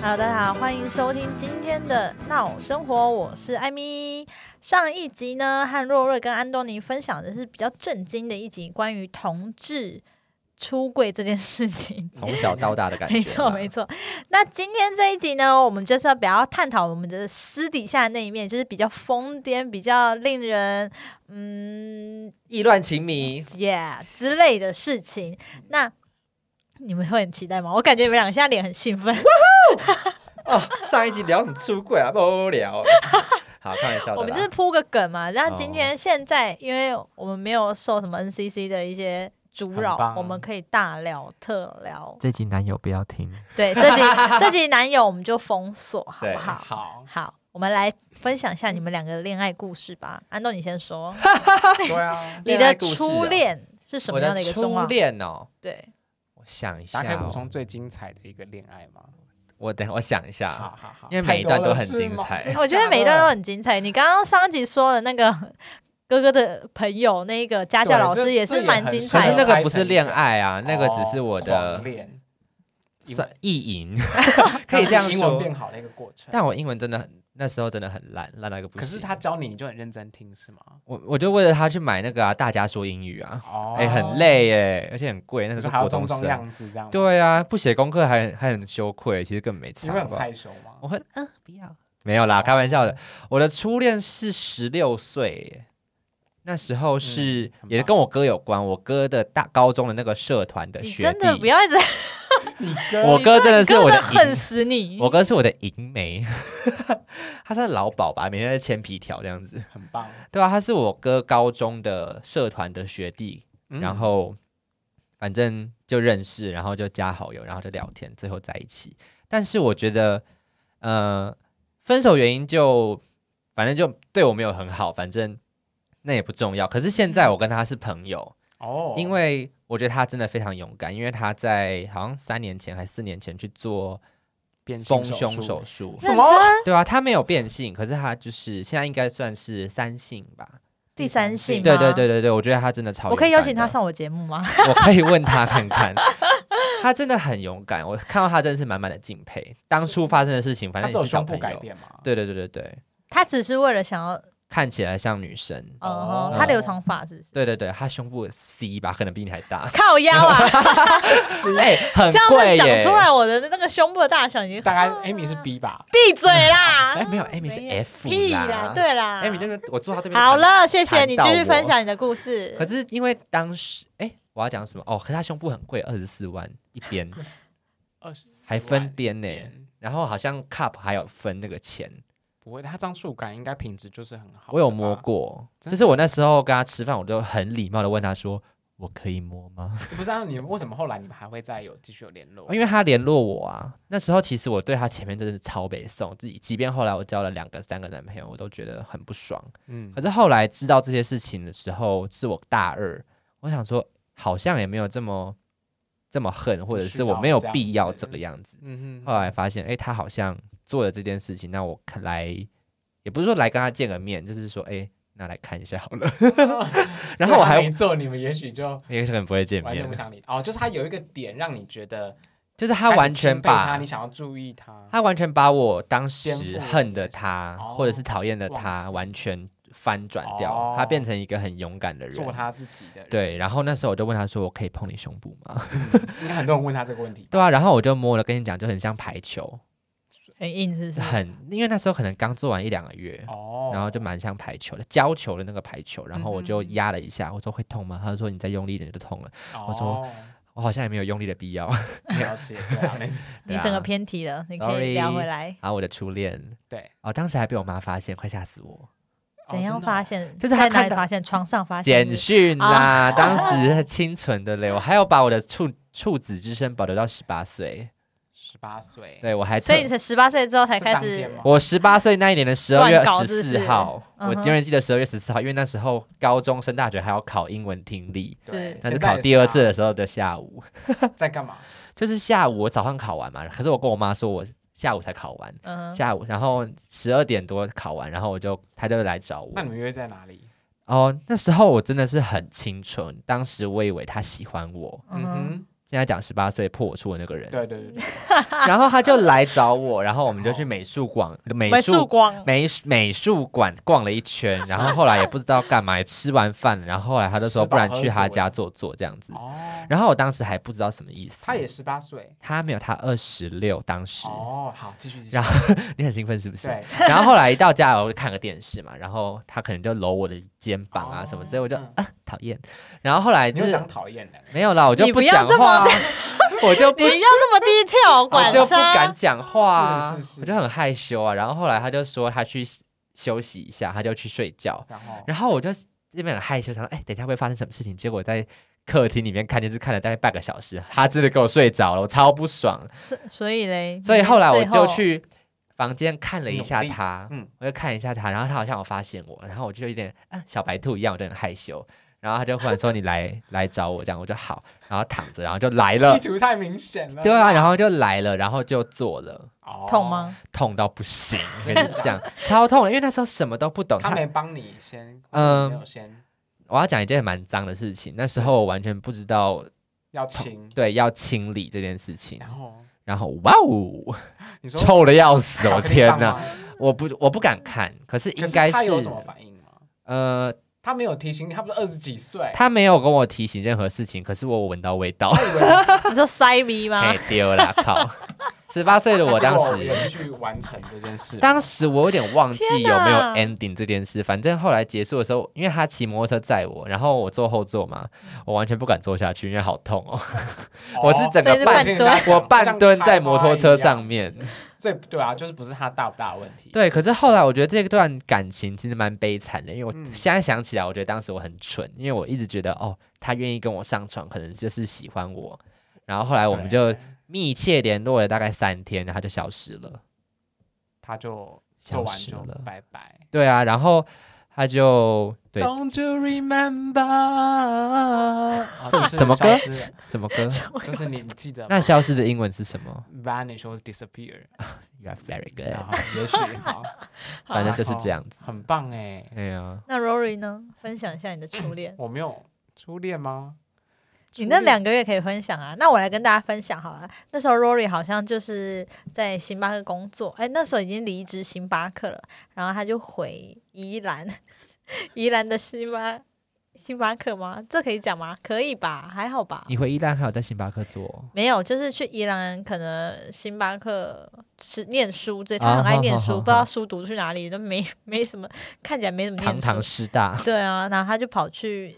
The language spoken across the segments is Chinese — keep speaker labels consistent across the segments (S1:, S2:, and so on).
S1: Hello，大家好，欢迎收听今天的《闹生活》，我是艾米。上一集呢，和若瑞跟安东尼分享的是比较震惊的一集，关于同志出柜这件事情。
S2: 从小到大的嗯感觉。啊
S1: 没错，没。错。那今天这一集呢，我们就是要比较探讨我们的私底下那一面，就是比较疯癫、比较令人嗯
S2: 意乱情迷，
S1: yeah 之类的事情。那你们会很期待吗？我感觉你们俩现在脸很兴奋。
S2: 哦，上一集聊你出柜啊，不 无聊。好，开玩笑的啦。
S1: 我们就是铺个梗嘛。那今
S2: 哦
S1: 天现在，因为我们没有受什么 NCC 的一些阻
S3: 很
S1: 扰
S3: 棒，
S1: 我们可以大聊特聊。
S3: 这集男友不要听，
S1: 对，这集这集男友我们就封锁，好
S2: 对
S1: 不好？
S3: 好，
S1: 好，我们来分享一下你们两个的恋爱故事吧。安东，你先说，
S3: 对 啊，
S1: 你
S2: 恋爱
S1: 的
S2: 故事啊
S1: 初恋是什么
S2: 我
S1: 样的
S2: 的
S1: 一个啊状
S2: 初
S1: 况？
S2: 恋哦，
S1: 对，
S2: 我想一下
S3: 打
S2: 哦，
S3: 开补充最精彩的一个恋爱嘛，
S2: 我等我想一下，
S3: 好好好，
S2: 因为每一段都很精彩
S3: 太多了
S1: 我觉得每一段都。
S3: 是吗真的假的
S1: 很精彩。你刚刚上一集说的那个哥哥的朋友，那个家教
S3: 对
S1: 老
S3: 这
S1: 师也
S3: 这
S1: 是
S3: 也
S1: 蛮
S3: 很
S1: 精
S2: 可
S1: 彩
S2: 是
S1: 的
S2: 那。个不是恋爱啊，那个只是我
S3: 哦
S2: 的
S3: 狂恋，
S2: 算意 淫，可
S3: 可
S2: 以这样
S3: 英文
S2: 说
S3: 变。好的一个过程。
S2: 但我英文真的很，那时候真的很烂，烂到一个不
S3: 可
S2: 行。
S3: 是他教你，你就很认真听是吗？
S2: 我我就为了他去买那个啊，大家说英语啊，
S3: 哦
S2: 哎，很累耶，而且很贵，那时
S3: 就是
S2: 候
S3: 还要
S2: 国
S3: 装
S2: 中
S3: 装
S2: 生。
S3: 样子这样。，
S2: 对啊，不写功课还还很羞愧，其实根本没
S3: 你
S2: 差
S3: 会
S2: 好
S3: 很
S2: 不好。
S3: 害羞吗
S2: 我？会嗯，不要，没有啦，
S3: 哦
S2: 开玩笑的。我的初恋是十六岁耶，那时候是、
S3: 嗯很棒
S2: 也跟我哥有关，我哥的大高中的那个社团的
S1: 你
S2: 学
S1: 真的
S2: 弟
S1: 不，要一直，
S3: 你
S2: 我哥真的是我的
S1: 恨
S2: 银，
S1: 死你！
S2: 我哥是我的银媒， 他是老鸨吧，每天在牵皮条这样子，
S3: 很棒。
S2: 对啊，他是我哥高中的社团的学弟，
S3: 嗯
S2: 然后反正就认识，然后就加好友，然后就聊天，最后在一起。但是我觉得，呃，分手原因就反正就对我没有很好，反正那也不重要。可是现
S1: 嗯
S2: 在我跟他是朋友，
S3: 哦，
S2: 因为我觉得他真的非常勇敢，因为他在好像三年前还四年前去做
S3: 变性
S2: 丰胸
S3: 手
S2: 手术，
S3: 什
S1: 认
S3: 么
S1: 真
S2: 对啊，他没有变性，可是他就是现在应该算是三性吧。
S1: 第三性吗？
S2: 对对对对对，我觉得他真的超
S1: 我
S2: 勇敢的。
S1: 可以邀请他上我节目吗？
S2: 我可以问他看看，他真的很勇敢，我看到他真的是满满的敬佩。当初发生的事情，反
S3: 他
S2: 正
S3: 只
S2: 也
S3: 有
S2: 是小
S3: 胸
S2: 朋
S3: 部改
S2: 友，
S3: 变嘛？
S2: 对对对对对，
S1: 他只是为了想要，
S2: 看起来像女生，
S1: 哦、
S3: 哦
S1: 他留长发是不是？，
S2: 对对对，他胸部 C 吧，可能比你还大
S1: 靠腰 啊！
S2: 哎、很
S1: 这样
S2: 贵
S1: 子讲
S2: 耶。
S1: 出来，我的那个胸部的大小已经
S3: 大概 Amy 是 B 吧？
S1: 闭嘴啦！
S2: 哎，没有，Amy 是
S1: 没有
S2: F
S1: 屁啦
S2: 啦，，
S1: 对啦。
S2: ，Amy 那边我坐他对面。
S1: 好，了，谢谢
S2: 谈
S1: 你
S2: 到
S1: 继续
S2: 我
S1: 分享你的故事。
S2: 可是因为当时，哎，我要讲什么？哦，可是他胸部很贵，二十四万一 边，
S3: 二十
S2: 还分边呢。
S3: 点，
S2: 然后好像 cup 还有分那个钱，
S3: 不会，他这样触感应该品质就是很好的吧。
S2: 我有摸过，
S3: 真
S2: 就
S3: 的
S2: 是我那时候跟他吃饭，我就很礼貌的问他说：“我可以摸吗
S3: 不是啊，你们为什么后来你们还会再有继续有联络？？”
S2: 因为他联络我啊，那时候其实我对他前面真的是超北宋，自己即便后来我交了两个、三个男朋友，我都觉得很不爽。
S3: 嗯
S2: 可，是后来知道这些事情的时候，是我大二，我想说好像也没有这么这么恨，或者是我没有必要这个样子。
S3: 嗯
S2: 后
S3: 哼，
S2: 来发现，哎、他好像做了这件事情，那我看来也不是说来跟他见个面，就是说，哎、那来看一下好了。 然后我还
S3: 所以他没做，你们也许就
S2: 也可能不会见
S3: 完全
S2: 面
S3: 不，想理。哦，就是他有一个点让你觉得
S2: 就是他完全
S3: 开始钦佩他，
S2: 把
S3: 你想要注意他。
S2: 他完全把我当
S3: 颠覆
S2: 时
S3: 了
S2: 恨的他
S3: 哦
S2: 或者是讨厌的他
S3: 忘记
S2: 完全翻转掉
S3: 哦，
S2: 他变成一个很勇敢的
S3: 做
S2: 人。
S3: 他自己的人，
S2: 对，然后那时候我就问他说：“我可以碰你胸部吗。
S3: 应该很多人问他这个问题？”
S2: 对啊，然后我就摸了，跟你讲就很像排球，
S1: 很硬是不是？
S2: 很因为那时候可能刚做完一两个月，
S3: 哦，
S2: 然后就蛮像排球的胶球的那个排球，然后我就
S3: 嗯哼
S2: 压了一下，我说会痛吗？他说你再用力一点就痛了，我说
S3: 哦
S2: 我好像也没有用力的必要。
S3: 了解，对啊，没
S1: 你整个偏题了，你可
S2: Sorry
S1: 以聊回来。
S2: 然后我的初恋
S3: 对，
S2: 哦，当时还被我妈发现，快吓死我。
S3: 哦
S1: 怎样
S3: 真的哦
S1: 发现？
S2: 就是他
S1: 在哪
S2: 看
S1: 里
S2: 到
S1: 发现？床上发现啊是啊
S2: 简
S1: 不是？
S2: 讯啦，当时很清纯的嘞，我还要把我的处处子之身保留到十八岁，
S3: 十八岁，
S2: 对我还特
S1: 所以你才十八岁之后才
S3: 是
S1: 开
S3: 当天
S1: 始
S3: 吗
S2: 我十八岁那一年的十二月
S1: 乱搞
S2: 十
S1: 是不是
S2: 四号，
S1: 嗯哼
S2: 我永远记得十二月十四号，因为那时候高中升大学还要考英文听力，
S3: 对
S1: 是
S2: 那是
S3: 现在
S2: 考
S3: 也
S2: 第二
S3: 啊
S2: 次的时候的下午，
S3: 在干嘛？
S2: 就是下午我早上考完嘛，可是我跟我妈说我下午才考完，
S1: 嗯哼，
S2: 下午然后十二点多考完，然后我就她就来找我
S3: 那，你们约在哪里？
S2: 哦，那时候我真的是很清纯，当时我以为她喜欢我，
S1: 嗯
S3: 嗯
S1: 哼，
S3: 哼，
S2: 现在讲十八岁破我处的那个人，
S3: 对对对对，
S2: 然后他就来找我，然后我们就去
S3: 哦
S2: 美术馆、美
S1: 美术
S2: 术
S1: 光，
S2: 美美术馆逛了一圈，然后后来也不知道干嘛，也吃完饭了，然后后来他就说，
S3: 吃饱
S2: 不然
S3: 喝
S2: 去
S3: 足
S2: 他
S3: 了
S2: 家坐坐这样子。
S3: 哦，
S2: 然后我当时还不知道什么意思，
S3: 他也十八岁，
S2: 他没有，他二十六，当时、
S3: 哦，好，继续继续，
S2: 然后你很兴奋是不是？
S3: 对，
S2: 然后后来一到家，我就看个电视嘛，然后他可能就搂我的肩膀啊什么之类，我就
S3: 嗯
S2: 啊讨厌。然后后来
S3: 你
S2: 就
S3: 又
S2: 是
S3: 讲讨厌的，
S2: 没有啦，我就
S1: 你不要
S2: 讲
S1: 这么
S2: 话啊， 我就 不
S1: 你要这么低调，
S2: 我
S1: 管
S2: 哦就不
S1: 他
S2: 敢讲话啊
S3: 是是，是
S2: 我就很害羞啊。然后后来他就说他去休息一下，他就去睡觉。
S3: 然后
S2: 然后我就那边很害羞，想说哎，等一下会发生什么事情？结果在客厅里面看电视看了大概半个小时，他真的给我睡着了，我超不爽。
S1: 所所以嘞，
S2: 所以后来我
S1: 最
S2: 就去房间看了一
S3: 嗯努
S2: 下
S3: 力
S2: 他，
S3: 嗯
S2: 我就看一下他，然后他好像有发现我，然后我就有点啊小白兔一样，我就很害羞。然后他就忽然说：“你来 来找我，这样我就好。”然后躺着，然后就来了
S3: 意，图太明显了，哦
S2: 对啊，然后就来了，然后就做了，
S3: 后
S1: 痛？吗？
S2: 痛到不行，跟你 讲，超痛的，因为那时候什么都不懂。
S3: 他
S2: 他
S3: 没帮你先，
S2: 嗯
S3: 嗯，没有先
S2: 我要讲一件蛮脏的事情，那时候我完全不知道，
S3: 要亲，
S2: 对，要清理这件事情。
S3: 然后
S2: 然后哇哦，
S3: 你说
S2: 臭的要死，我
S3: 巧克力
S2: 天
S3: 棒
S2: 哪！
S3: 吗，
S2: 我不我不敢看，可是
S3: 可
S2: 应
S3: 是
S2: 该
S3: 他
S2: 是
S3: 有什么反应吗？
S2: 呃，
S3: 他没有提醒你，他不是二十几岁，
S2: 他没有跟我提醒任何事情，可是我闻到味道，
S3: 他以为
S2: 哦
S1: 你说塞鼻吗
S2: 太？丢啦！靠，十八岁的我当
S3: 他结果
S2: 时，
S3: 有去完成这件事，
S2: 当时我有点忘记有没有
S1: 天哪
S2: ending 这件事，反正后来结束的时候，因为他骑摩托车载我，然后我坐后座嘛，我完全不敢坐下去，因为好痛哦，
S3: 哦
S2: 我是整
S1: 所以
S2: 个
S1: 是
S2: 半
S1: 半。
S2: 我半蹲在摩托车上，面，
S3: 这样拍花一样所以对啊，就是不是他大不大的问题，
S2: 对。可是后来我觉得这段感情其实蛮悲惨的，因为我
S3: 嗯
S2: 现在想起来，我觉得当时我很蠢，因为我一直觉得哦，他愿意跟我上床，可能就是喜欢我。然后后来
S3: 对，
S2: 我们就密切联络了大概三天，然后他就消失了。
S3: 他就
S2: 消
S3: 做完
S2: 失
S3: 就
S2: 了
S3: 拜拜。
S2: 对啊，然后他就对
S3: Don't you remember？啊
S2: 这
S3: 就是
S2: 什么歌
S3: 消失了
S2: 什么歌？
S3: 就是你你记得吗
S2: 那消失的英文是什么
S3: vanish or disappear？
S2: ？You are very good。
S3: 然后也许好，
S2: 反正就是这样子。
S3: 很棒哎。
S2: 哎呀，
S1: 那 Rory 呢？分享一下你的初
S2: 嗯
S1: 恋。
S3: 我没有初恋吗？
S1: 你
S3: 初
S1: 那
S3: 恋
S1: 两个月可以分享啊，那我来跟大家分享好了。那时候 Rory 好像就是在星巴克工作，哎，那时候已经离职星巴克了，然后他就回宜兰， 宜兰的星巴星巴克吗？这可以讲吗？可以吧，还好吧。
S2: 你回伊兰还有在星巴克做？
S1: 没有，就是去宜兰，可能星巴克是念书，这
S2: 啊
S1: 他很爱念书，
S2: 好好好
S1: 不知道书读去哪里，都没没什么，看起来没怎么念
S2: 堂
S1: 书。
S2: 堂师大。
S1: 对啊，然后他就跑去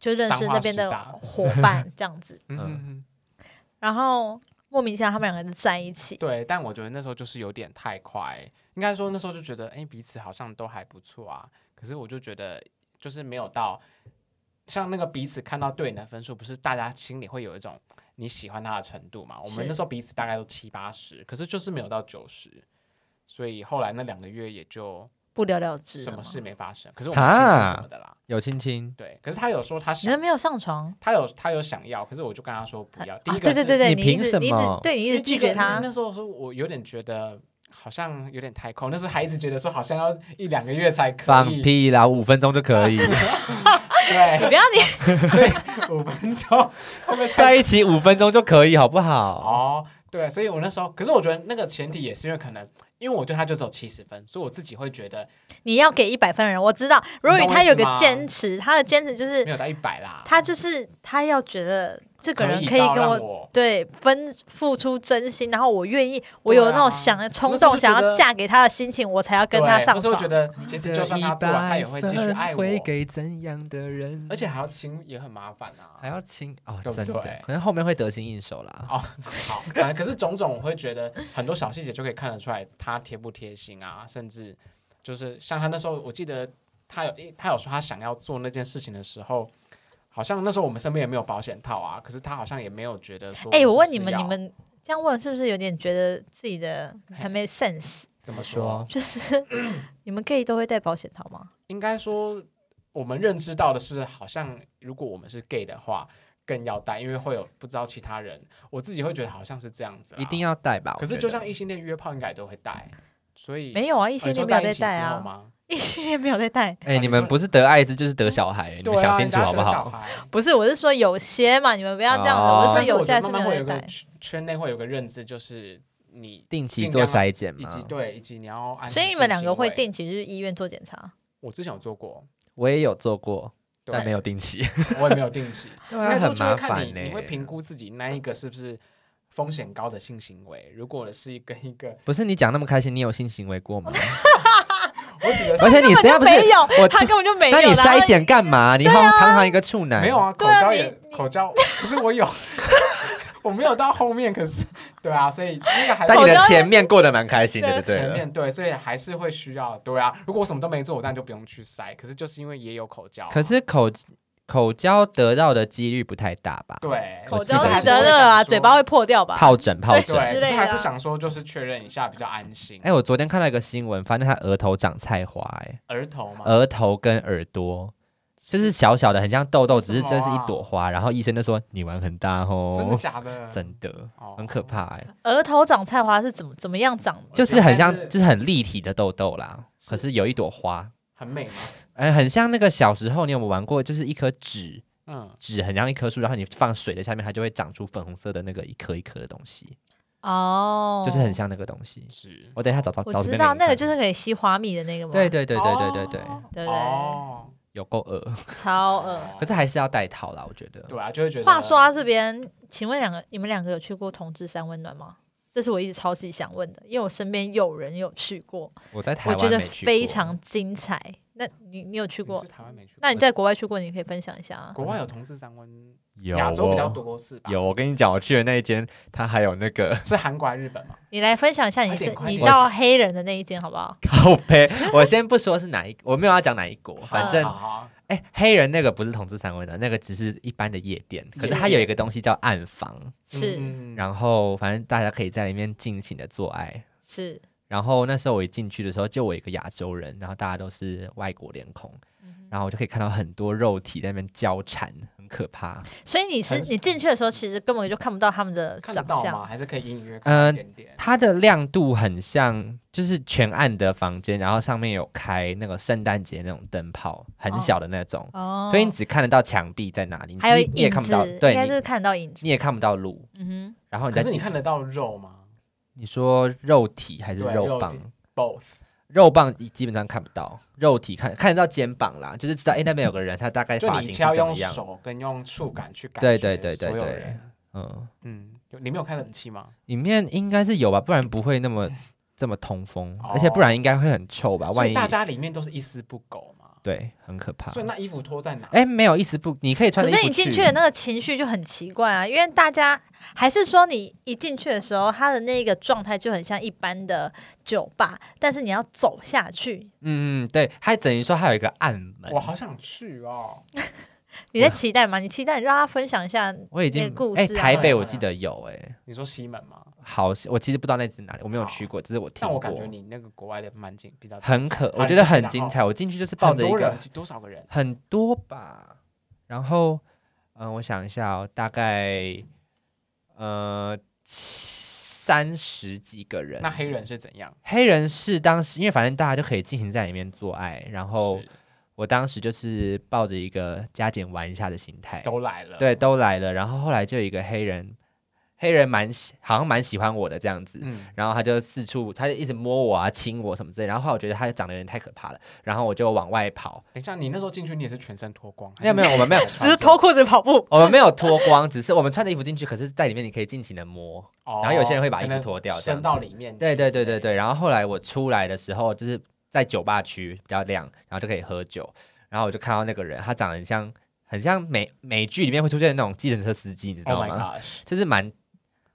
S1: 就认识
S3: 彰化
S1: 那边
S3: 师
S1: 的
S3: 大
S1: 伙伴这样子，
S3: 嗯
S2: 嗯
S3: 嗯，嗯
S1: 然后莫名其妙他们两个就在一起。
S3: 对，但我觉得那时候就是有点太快，应该说那时候就觉得，哎、彼此好像都还不错啊。可是我就觉得，就是没有到像那个彼此看到对你的分数，不是大家心里会有一种你喜欢他的程度嘛？我们
S1: 是
S3: 那时候彼此大概都七八十，可是就是没有到九十，所以后来那两个月也就
S1: 不了了之了
S3: 什么
S1: 吗
S3: 事？没发生。可是我们亲亲什么的啦，
S2: 有亲亲，
S3: 对。可是他有说他
S1: 你们
S3: 想，
S1: 没有上床？
S3: 他有他有想要，可是我就跟他说不要。第
S1: 啊
S3: 一个
S1: 对
S3: 是、
S1: 对对对，你
S2: 你
S1: 一
S2: 凭
S1: 直
S2: 什
S1: 你一直
S2: 么
S1: 对你一直
S3: 因为
S1: 拒
S3: 第一
S1: 绝
S3: 个
S1: 他
S3: 那，时候说，我有点觉得好像有点太空，那时候还一直觉得说好像要一两个月才可以。
S2: 放！屁啦，五分钟就可以
S1: 你
S3: 对，
S1: 不要你
S3: 五分钟会不会太？
S2: 在一起，五分钟就可以，好不好？
S3: 哦，对，所以我那时候，可是我觉得那个前提也是因为可能，因为我对他就只有七十分，所以我自己会觉得
S1: 你要给一百分的人，我知道。如果
S3: 你懂
S1: 他
S3: 我意
S1: 有
S3: 思
S1: 个
S3: 吗
S1: 坚持，他的坚持就是
S3: 没有到一百啦。
S1: 他就是他要觉得这个
S3: 可
S1: 人
S3: 以
S1: 可以
S3: 到
S1: 跟
S3: 让
S1: 我
S3: 我，
S1: 对分付出真心，然后我愿意，我有那种想要冲动、
S3: 啊我那时候
S1: 想
S3: 就觉
S1: 要
S3: 得
S1: 嫁给他的心情，我才要跟他
S3: 对
S1: 上
S3: 可是我
S1: 床
S3: 觉。得，其实就算他做完，他也会继续爱我，
S2: 给怎样的人？
S3: 而且还要亲，也很麻烦啊。
S2: 还要亲哦，
S3: 对不
S2: 真的
S3: 对，
S2: 可能后面会得心应手啦。
S3: 哦，好，反正可是种种，我会觉得很多小细节就可以看得出来他贴不贴心啊，甚至就是像他那时候，我记得他有一他有说他想要做那件事情的时候，好像那时候我们身边也没有保险套啊，可是他好像也没有觉得说，
S1: 哎、我
S3: 是
S1: 问
S3: 不
S1: 你
S3: 是
S1: 们，
S3: 要
S1: 你们这样问是不是有点觉得自己的还
S3: 嘿
S1: 没 sense？
S3: 怎么说？
S1: 就是你们 gay 都会戴保险套吗？
S3: 应该说我们认知到的是，好像如果我们是 gay 的话，更要带，因为会有不知道其他人，我自己会觉得好像是这样子，
S2: 一定
S3: 要。
S2: 要带吧？
S3: 啊可是
S2: 我觉
S3: 就
S2: 得
S3: 像异性恋约炮，应该也都会带，所以
S1: 没有啊，异
S3: 一
S1: 性
S3: 嗯哦说
S1: 恋没有
S3: 在一
S1: 在
S3: 起之
S1: 戴
S3: 后
S1: 啊。
S3: 吗？
S1: 异性恋没有在带，
S2: 哎、
S3: 啊
S2: 你
S3: 你
S2: 们
S3: 说
S2: 不是得艾滋就是得小孩，你
S3: 对
S2: 们
S3: 啊，
S2: 想清楚
S3: 人家
S2: 好不
S3: 生小
S2: 好？
S3: 孩
S1: 不是，我是说有些嘛，你们不要这样子。
S2: 哦
S1: 我是说
S3: 但是
S1: 有
S3: 我
S1: 些
S3: 觉
S1: 还
S3: 得
S1: 是
S3: 慢
S1: 没
S3: 慢会有
S1: 有在
S3: 一个
S1: 带，
S3: 圈圈内会有个认知，就是你
S2: 定期
S3: 尽
S2: 做
S3: 量
S2: 筛检
S3: 以
S2: 嘛。
S3: 及对，以及你要安全性行为。
S1: 所以你们两个会定期去医院做检查。
S3: 我之前有做过，
S2: 我也有做过，
S3: 对
S2: 但没有定期，
S3: 我也没有 定期，
S1: 啊
S2: 对
S3: 但是
S2: 很
S3: 就
S2: 麻
S3: 会看
S2: 烦欸
S3: 你，
S2: 呢、
S3: 你会评估自己那一个是不是风险高的性行为。如果是一个 一个，
S2: 不是你讲那么开心，你有性行 为过吗？
S3: 我指的
S2: 而
S3: 是
S2: 且你
S1: 根
S2: 等
S1: 本就
S2: 一下不是
S1: 没有，
S2: 我
S1: 他根本就没有。啊
S2: 那你
S1: 然后
S2: 筛检干嘛？你好堂堂一个处男，
S3: 没有啊，口
S1: 对啊
S3: 交
S1: 你
S3: 也
S1: 你
S3: 口交，可是我有， 我没有到后面，可是对啊，所以那个还
S2: 但你
S1: 口
S2: 的
S1: 交
S2: 前面过得蛮开心的，就对
S3: 前
S2: 了。
S3: 面对，所以还是会需要对啊。如果我什么都没做，我当然就不用去塞。可是就是因为也有口交啊，
S2: 可是口口交得到的几率不太大吧？，
S3: 对
S1: 口
S2: 其
S1: 交
S2: 实还
S1: 是
S2: 是
S1: 得热啊，嘴巴
S3: 会
S1: 会破掉吧？
S2: 疱疹，疱
S3: 想说
S2: 疹。
S1: 对之类
S3: 对，可
S1: 的
S3: 是
S1: 啊
S3: 还是想说就是确认一下比较安心。
S2: 哎、我昨天看到一个新闻，发现他额头长菜花、哎，
S3: 额头嘛，
S2: 额头跟耳朵就是小小的，很像痘痘，
S3: 为
S2: 只
S3: 什
S2: 是
S3: 么
S2: 这是一
S3: 啊
S2: 朵花。然后医生就说你玩很大
S3: 真的
S2: 哦，
S3: 假的？
S2: 真的
S3: 哦
S2: 很可。怕、哎，
S1: 额头长菜花是怎么怎么样长的？
S2: 就是很像
S3: 但，是
S2: 就是很立体的痘痘啦。
S3: 是
S2: 可是有一朵花，
S3: 很美嘛，
S2: 哎、很像那个小时候你有没有玩过？就是一颗纸，
S3: 嗯，
S2: 纸很像一棵树，然后你放水在下面，它就会长出粉红色的那个一颗一颗的东西，
S1: 哦，
S2: 就是很。像那个东西。哦
S3: 是，
S2: 我等一下找找
S1: 我
S2: 找
S1: 知道那个就是是可以吸花蜜的那个吗？
S2: 对，对对对对对对，
S1: 对不对
S3: 哦，
S2: 有够恶，
S1: 超恶。
S2: 可是还是要戴套啦，我觉得。
S3: 对啊，就会觉得。
S1: 哦话说到这边，请问两个你们两个有去过同志三温暖吗？这是我一直超级想问的，因为我身边有人有去过，
S2: 我在台
S1: 我
S2: 湾
S1: 觉得
S2: 没去过嗯
S1: 非常精彩。那你你有去
S3: 你
S1: 过
S3: 是？台湾没去过，
S1: 那你在国外去过，你可以分享一下啊。
S3: 国外有同志三温，
S2: 有
S3: 亚洲比较
S2: 哦
S3: 多是吧？
S2: 有，我跟你讲，我去的那一间，它还有那个
S3: 是韩国还是日本嘛？
S1: 你来分享一下你
S3: 快点
S1: 这
S3: 快
S1: 你
S3: 点
S1: 到黑人的那一间好不好？
S2: 靠背，我先不说是哪一，我没有要讲哪一国，反正
S3: 好啊好
S2: 哎、黑人那个不是同志三温的，那个只是一般的夜店，可是它有一个东西叫暗房，
S1: 是、
S3: 嗯嗯嗯
S2: 然后反正大家可以在里面尽情的做爱。
S1: 是，
S2: 然后那时候我一进去的时候，就我一个亚洲人，然后大家都是外国脸孔，然后我就可以看到很多肉体在那边交缠，很可怕。
S1: 所以你是
S3: 很
S1: 你进去的时候，其实根本就看不到他们的
S3: 看得
S1: 长
S3: 到吗？
S1: 相。
S3: 还是可以隐隐约看到一
S2: 嗯
S3: 点点。
S2: 它的亮度很像，就是全暗的房间，然后上面有开那个圣诞节那种灯泡，很
S1: 哦
S2: 小的那种，
S1: 哦
S2: 所以你只看得到墙壁在哪里，你
S1: 还有
S2: 其实你也
S1: 影
S2: 看不到，
S1: 子，应
S2: 对
S1: 该
S2: 你
S1: 是看得到影子。
S2: 你也看不到路。
S1: 嗯
S2: 然后你
S3: 可
S2: 在
S3: 是你
S2: 进
S3: 看得到肉吗
S2: 你说肉体还是
S3: 对
S2: 肉
S3: 肉
S2: 棒
S3: 体？？Both，
S2: 肉棒基本上看不到，肉体看看得到肩膀啦，就是知道哎、诶那边有个人，他大概
S3: 就
S2: 发
S3: 你
S2: 型
S3: 只
S2: 是
S3: 要
S2: 怎
S3: 用
S2: 么样。
S3: 手跟用触感去感
S2: 对对
S3: 觉
S2: 对对
S3: 所有
S2: 对
S3: 人
S2: 嗯，
S3: 嗯，有你没有开冷气吗？
S2: 里面应该是有吧，不然不会那么这么通风，
S3: 哦
S2: 而且不然应该会很臭吧？
S3: 所
S2: 啊万
S3: 以
S2: 一
S3: 大家里面都是一丝不苟嘛。
S2: 对很可怕
S3: 所。以那衣服脱在哪？
S2: 哎、没有意思不，你可以穿
S1: 可
S2: 着衣服
S1: 是你进去的那个情绪就很奇怪啊，因为大家还是说你一进去的时候，他的那个状态就很像一般的酒吧，但是你要走下去，
S2: 嗯嗯，对，它等于说还有一个暗门
S3: 我。好想去哦。
S1: 你
S2: 啊
S1: 在期待吗？你期待，你让他分享一下。
S2: 我已经
S1: 那个故事啊
S2: 哎、台北我记得有哎、
S3: 你说西门吗？
S2: 好，我其实不知道那是哪里，我没有去过，只是我听
S3: 但
S2: 过。
S3: 我感觉你那个国外的蛮紧，比较
S2: 很可，我觉得很精，彩。我进去就是抱着一
S3: 哦很多
S2: 个
S3: 人，多少个人？
S2: 很多吧。然后，嗯、我想一下哦，大概呃三十几个人
S3: 那。黑人是怎样？
S2: 黑人是当时，因为反正大家就可以进行在里面做爱，然后
S3: 是
S2: 我当时就是抱着一个加减玩一下的心态，
S3: 都来了，
S2: 对，，都来了。然后后来就有一个黑人，黑人蛮喜，好像蛮喜欢我的这样子，
S3: 嗯，
S2: 然后他就四处，他就一直摸我啊、亲我什么之类的。然后后来我觉得他长得有点太可怕了，然后我就往外跑。
S3: 等一下，你那时候进去，你也是全身脱光？
S2: 没有没有，我们没有，
S1: 只是脱裤子跑步，
S2: 我们没有脱光，只是我们穿的衣服进去，可是在里面你可以尽情的摸。
S3: 哦，
S2: 然后有些人会把衣服
S3: 可能
S2: 脱掉这样
S3: 伸
S2: 子
S3: 到里面去之
S2: 对
S3: 类
S2: 对
S3: 的。
S2: 对对对。然后后来我出来的时候，就是在酒吧区比较亮，然后就可以喝酒。然后我就看到那个人，他长得很像，很像美美剧里面会出现的那种计程车司机，你知道
S3: ，Oh my
S2: 吗？
S3: gosh！
S2: 就是蛮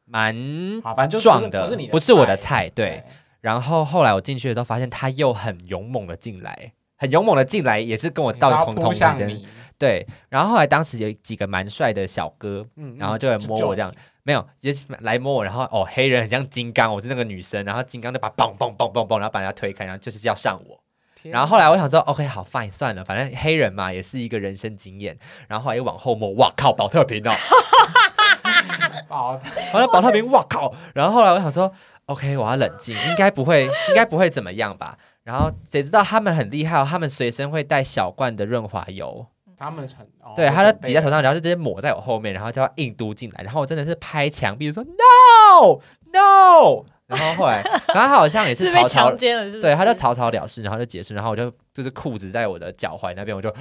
S2: 蛮
S3: 好，反正就是不是
S2: 壮的
S3: 不是你，的，
S2: 不是我的。菜，对。，然后后来我进去的时候，发现他又很勇猛的进来，很勇猛的进来，也是跟我
S3: 你是要
S2: 到同
S3: 扑
S2: 同
S3: 向
S2: 时间。
S3: 你，
S2: 对，然后后来当时有几个蛮帅的小哥，
S3: 嗯
S2: 然后就来摸我这样，没有，也是来摸我，然后哦，黑人很像金刚，我是那个女生，然后金刚就把嘣嘣嘣嘣嘣，然后把人家推开，然后就是要上我。然后后来我想说，OK，好，fine，算了，反正黑人嘛，也是一个人生经验。然后后来又往后摸，哇靠，保特瓶哦，
S3: 哦，
S2: 完了保特瓶，哇靠！然后后来我想说，OK，我要冷静，应该不会， 应该不会怎么样吧。然后谁知道他们很厉害哦，他们随身会带小罐的润滑油，
S3: 他们很哦
S2: 对，他就挤在头，上，然后就直接抹在我后面，然后叫他硬嘟进来，然后我真的是拍墙壁说 no no，然后后来，然后他好像 也
S1: 是
S2: 是
S1: 被
S2: 曹操
S1: 强，奸了，是不是？
S2: 对，他就草草了事，然后就结束，然后我就就是裤子在我的脚踝那边，我就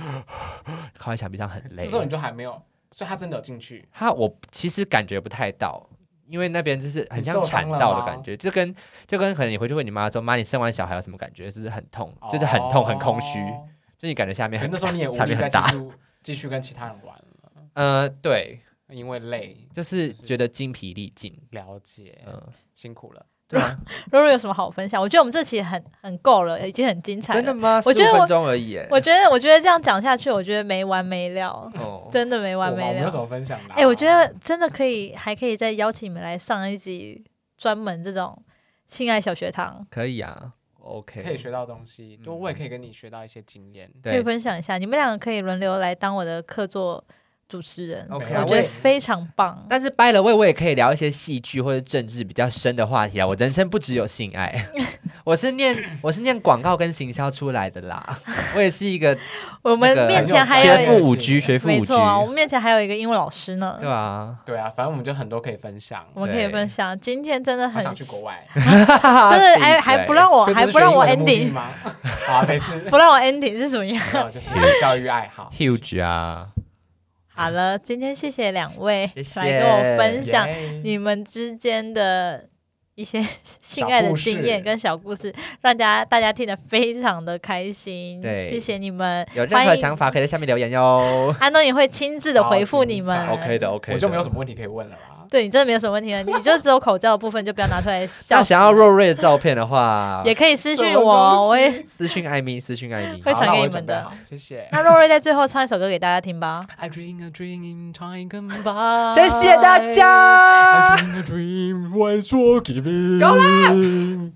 S2: 靠在墙壁上很累
S3: 这时。候你就还没有，所以他真的有进去，
S2: 他我其实感觉不太到，因为那边就是很
S3: 你
S2: 像
S3: 受
S2: 产
S3: 伤了
S2: 道的
S3: 吗
S2: 感觉，就跟就跟可能你回去问你妈说，妈你生完小孩有什么感觉？就是很痛，就是很痛很空虚，
S3: 哦
S2: 就你感觉下面
S3: 可
S2: 很
S3: 能那 时候你也无
S2: 下
S3: 力
S2: 面
S3: 再
S2: 很大，
S3: 继续继续跟其他人玩了，
S2: 呃，对，
S3: 因为累，
S2: 就是
S3: 是
S2: 觉得精疲力尽，
S3: 了解，
S2: 嗯、
S3: 辛苦了。
S2: 对啊
S1: 若若有什么好分享？我觉得我们这期很很够了，已经很精彩了。
S2: 真的吗？十
S1: 我觉得
S2: 五
S1: 我
S2: 分钟而已耶，
S1: 我觉得，我觉得这样讲下去，我觉得没完没了，
S2: 哦，
S1: 真的没完
S3: 我吗我没
S1: 没
S3: 有
S1: 了
S3: 什。么分享的啊。
S1: 哎、我觉得真的可以，还可以再邀请你们来上一集专门这种性爱小学堂，
S2: 可以啊
S3: 可以
S2: ，OK，
S3: 学到东西，就
S2: 嗯
S3: 我也可以跟你学到一些经验。
S1: 可以
S2: 对，
S1: 分享一下。你们两个可以轮流来当我的客座主持人
S2: OK
S3: 没有
S2: 啊
S1: 我
S2: 我
S1: 觉得
S2: 也
S1: 非常棒。
S2: 但是掰了位，我也可以聊一些戏剧或者政治比较深的话题啊。我人生不只有性爱， 我是念我是念广告跟行销出来的啦， 我也是一个
S1: 我
S2: 那个
S1: 们面前还
S2: 学
S1: 有
S2: 富
S1: 一
S2: 五居，学富
S1: 没
S2: 五居
S1: 错，啊，我们面前还有一个英文老师呢
S2: 对，啊，
S3: 对啊，反正我们就很多可以分享。
S1: 我们可以分享。今天真的
S3: 好
S1: 很啊
S3: 想去国 外，
S1: 真
S2: 真
S1: 的还还不让我
S3: 所以这
S1: 还
S3: 是
S1: 不让
S3: 学英
S1: 我
S3: 文的目的
S1: ending，
S3: 吗？ 好，啊没事，
S1: 不让我 ending 是怎么样？
S3: 没有就是教育爱好。
S2: huge 啊，
S1: 好了，今天谢谢两位
S2: 谢谢
S1: 来跟我分享
S3: 耶
S1: 你们之间的一些性爱的经验跟小故事，让大家大家听得非常的开心。
S2: 对
S1: 谢谢你们，
S2: 有任何想法可以在下面留言哟。
S1: 安东也会亲自的回复你们。
S3: 好精彩 OK
S2: 的，OK
S3: 我就没有什么问题可以问了啦。
S1: 对你真的没有什么问题了，你就只有口罩的部分就不要拿出来笑
S2: 那
S1: 死。
S2: 想要若瑞的照片的话，
S1: 也可以私信
S3: 什么东
S1: 我，
S3: 西
S1: 我也。
S2: 私讯艾米，私讯艾米
S1: 会。
S3: 好
S1: 传
S3: 那
S1: 给
S3: 我
S1: 你们
S3: 准备
S1: 的
S3: 好谢谢
S1: 呃。那若瑞在最后唱一首歌给大家听吧。
S3: I dream a dream, time come by。
S2: 谢谢大。家
S3: I，dream a dream, why so giving？
S2: 够
S3: 了，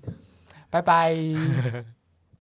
S3: 拜拜。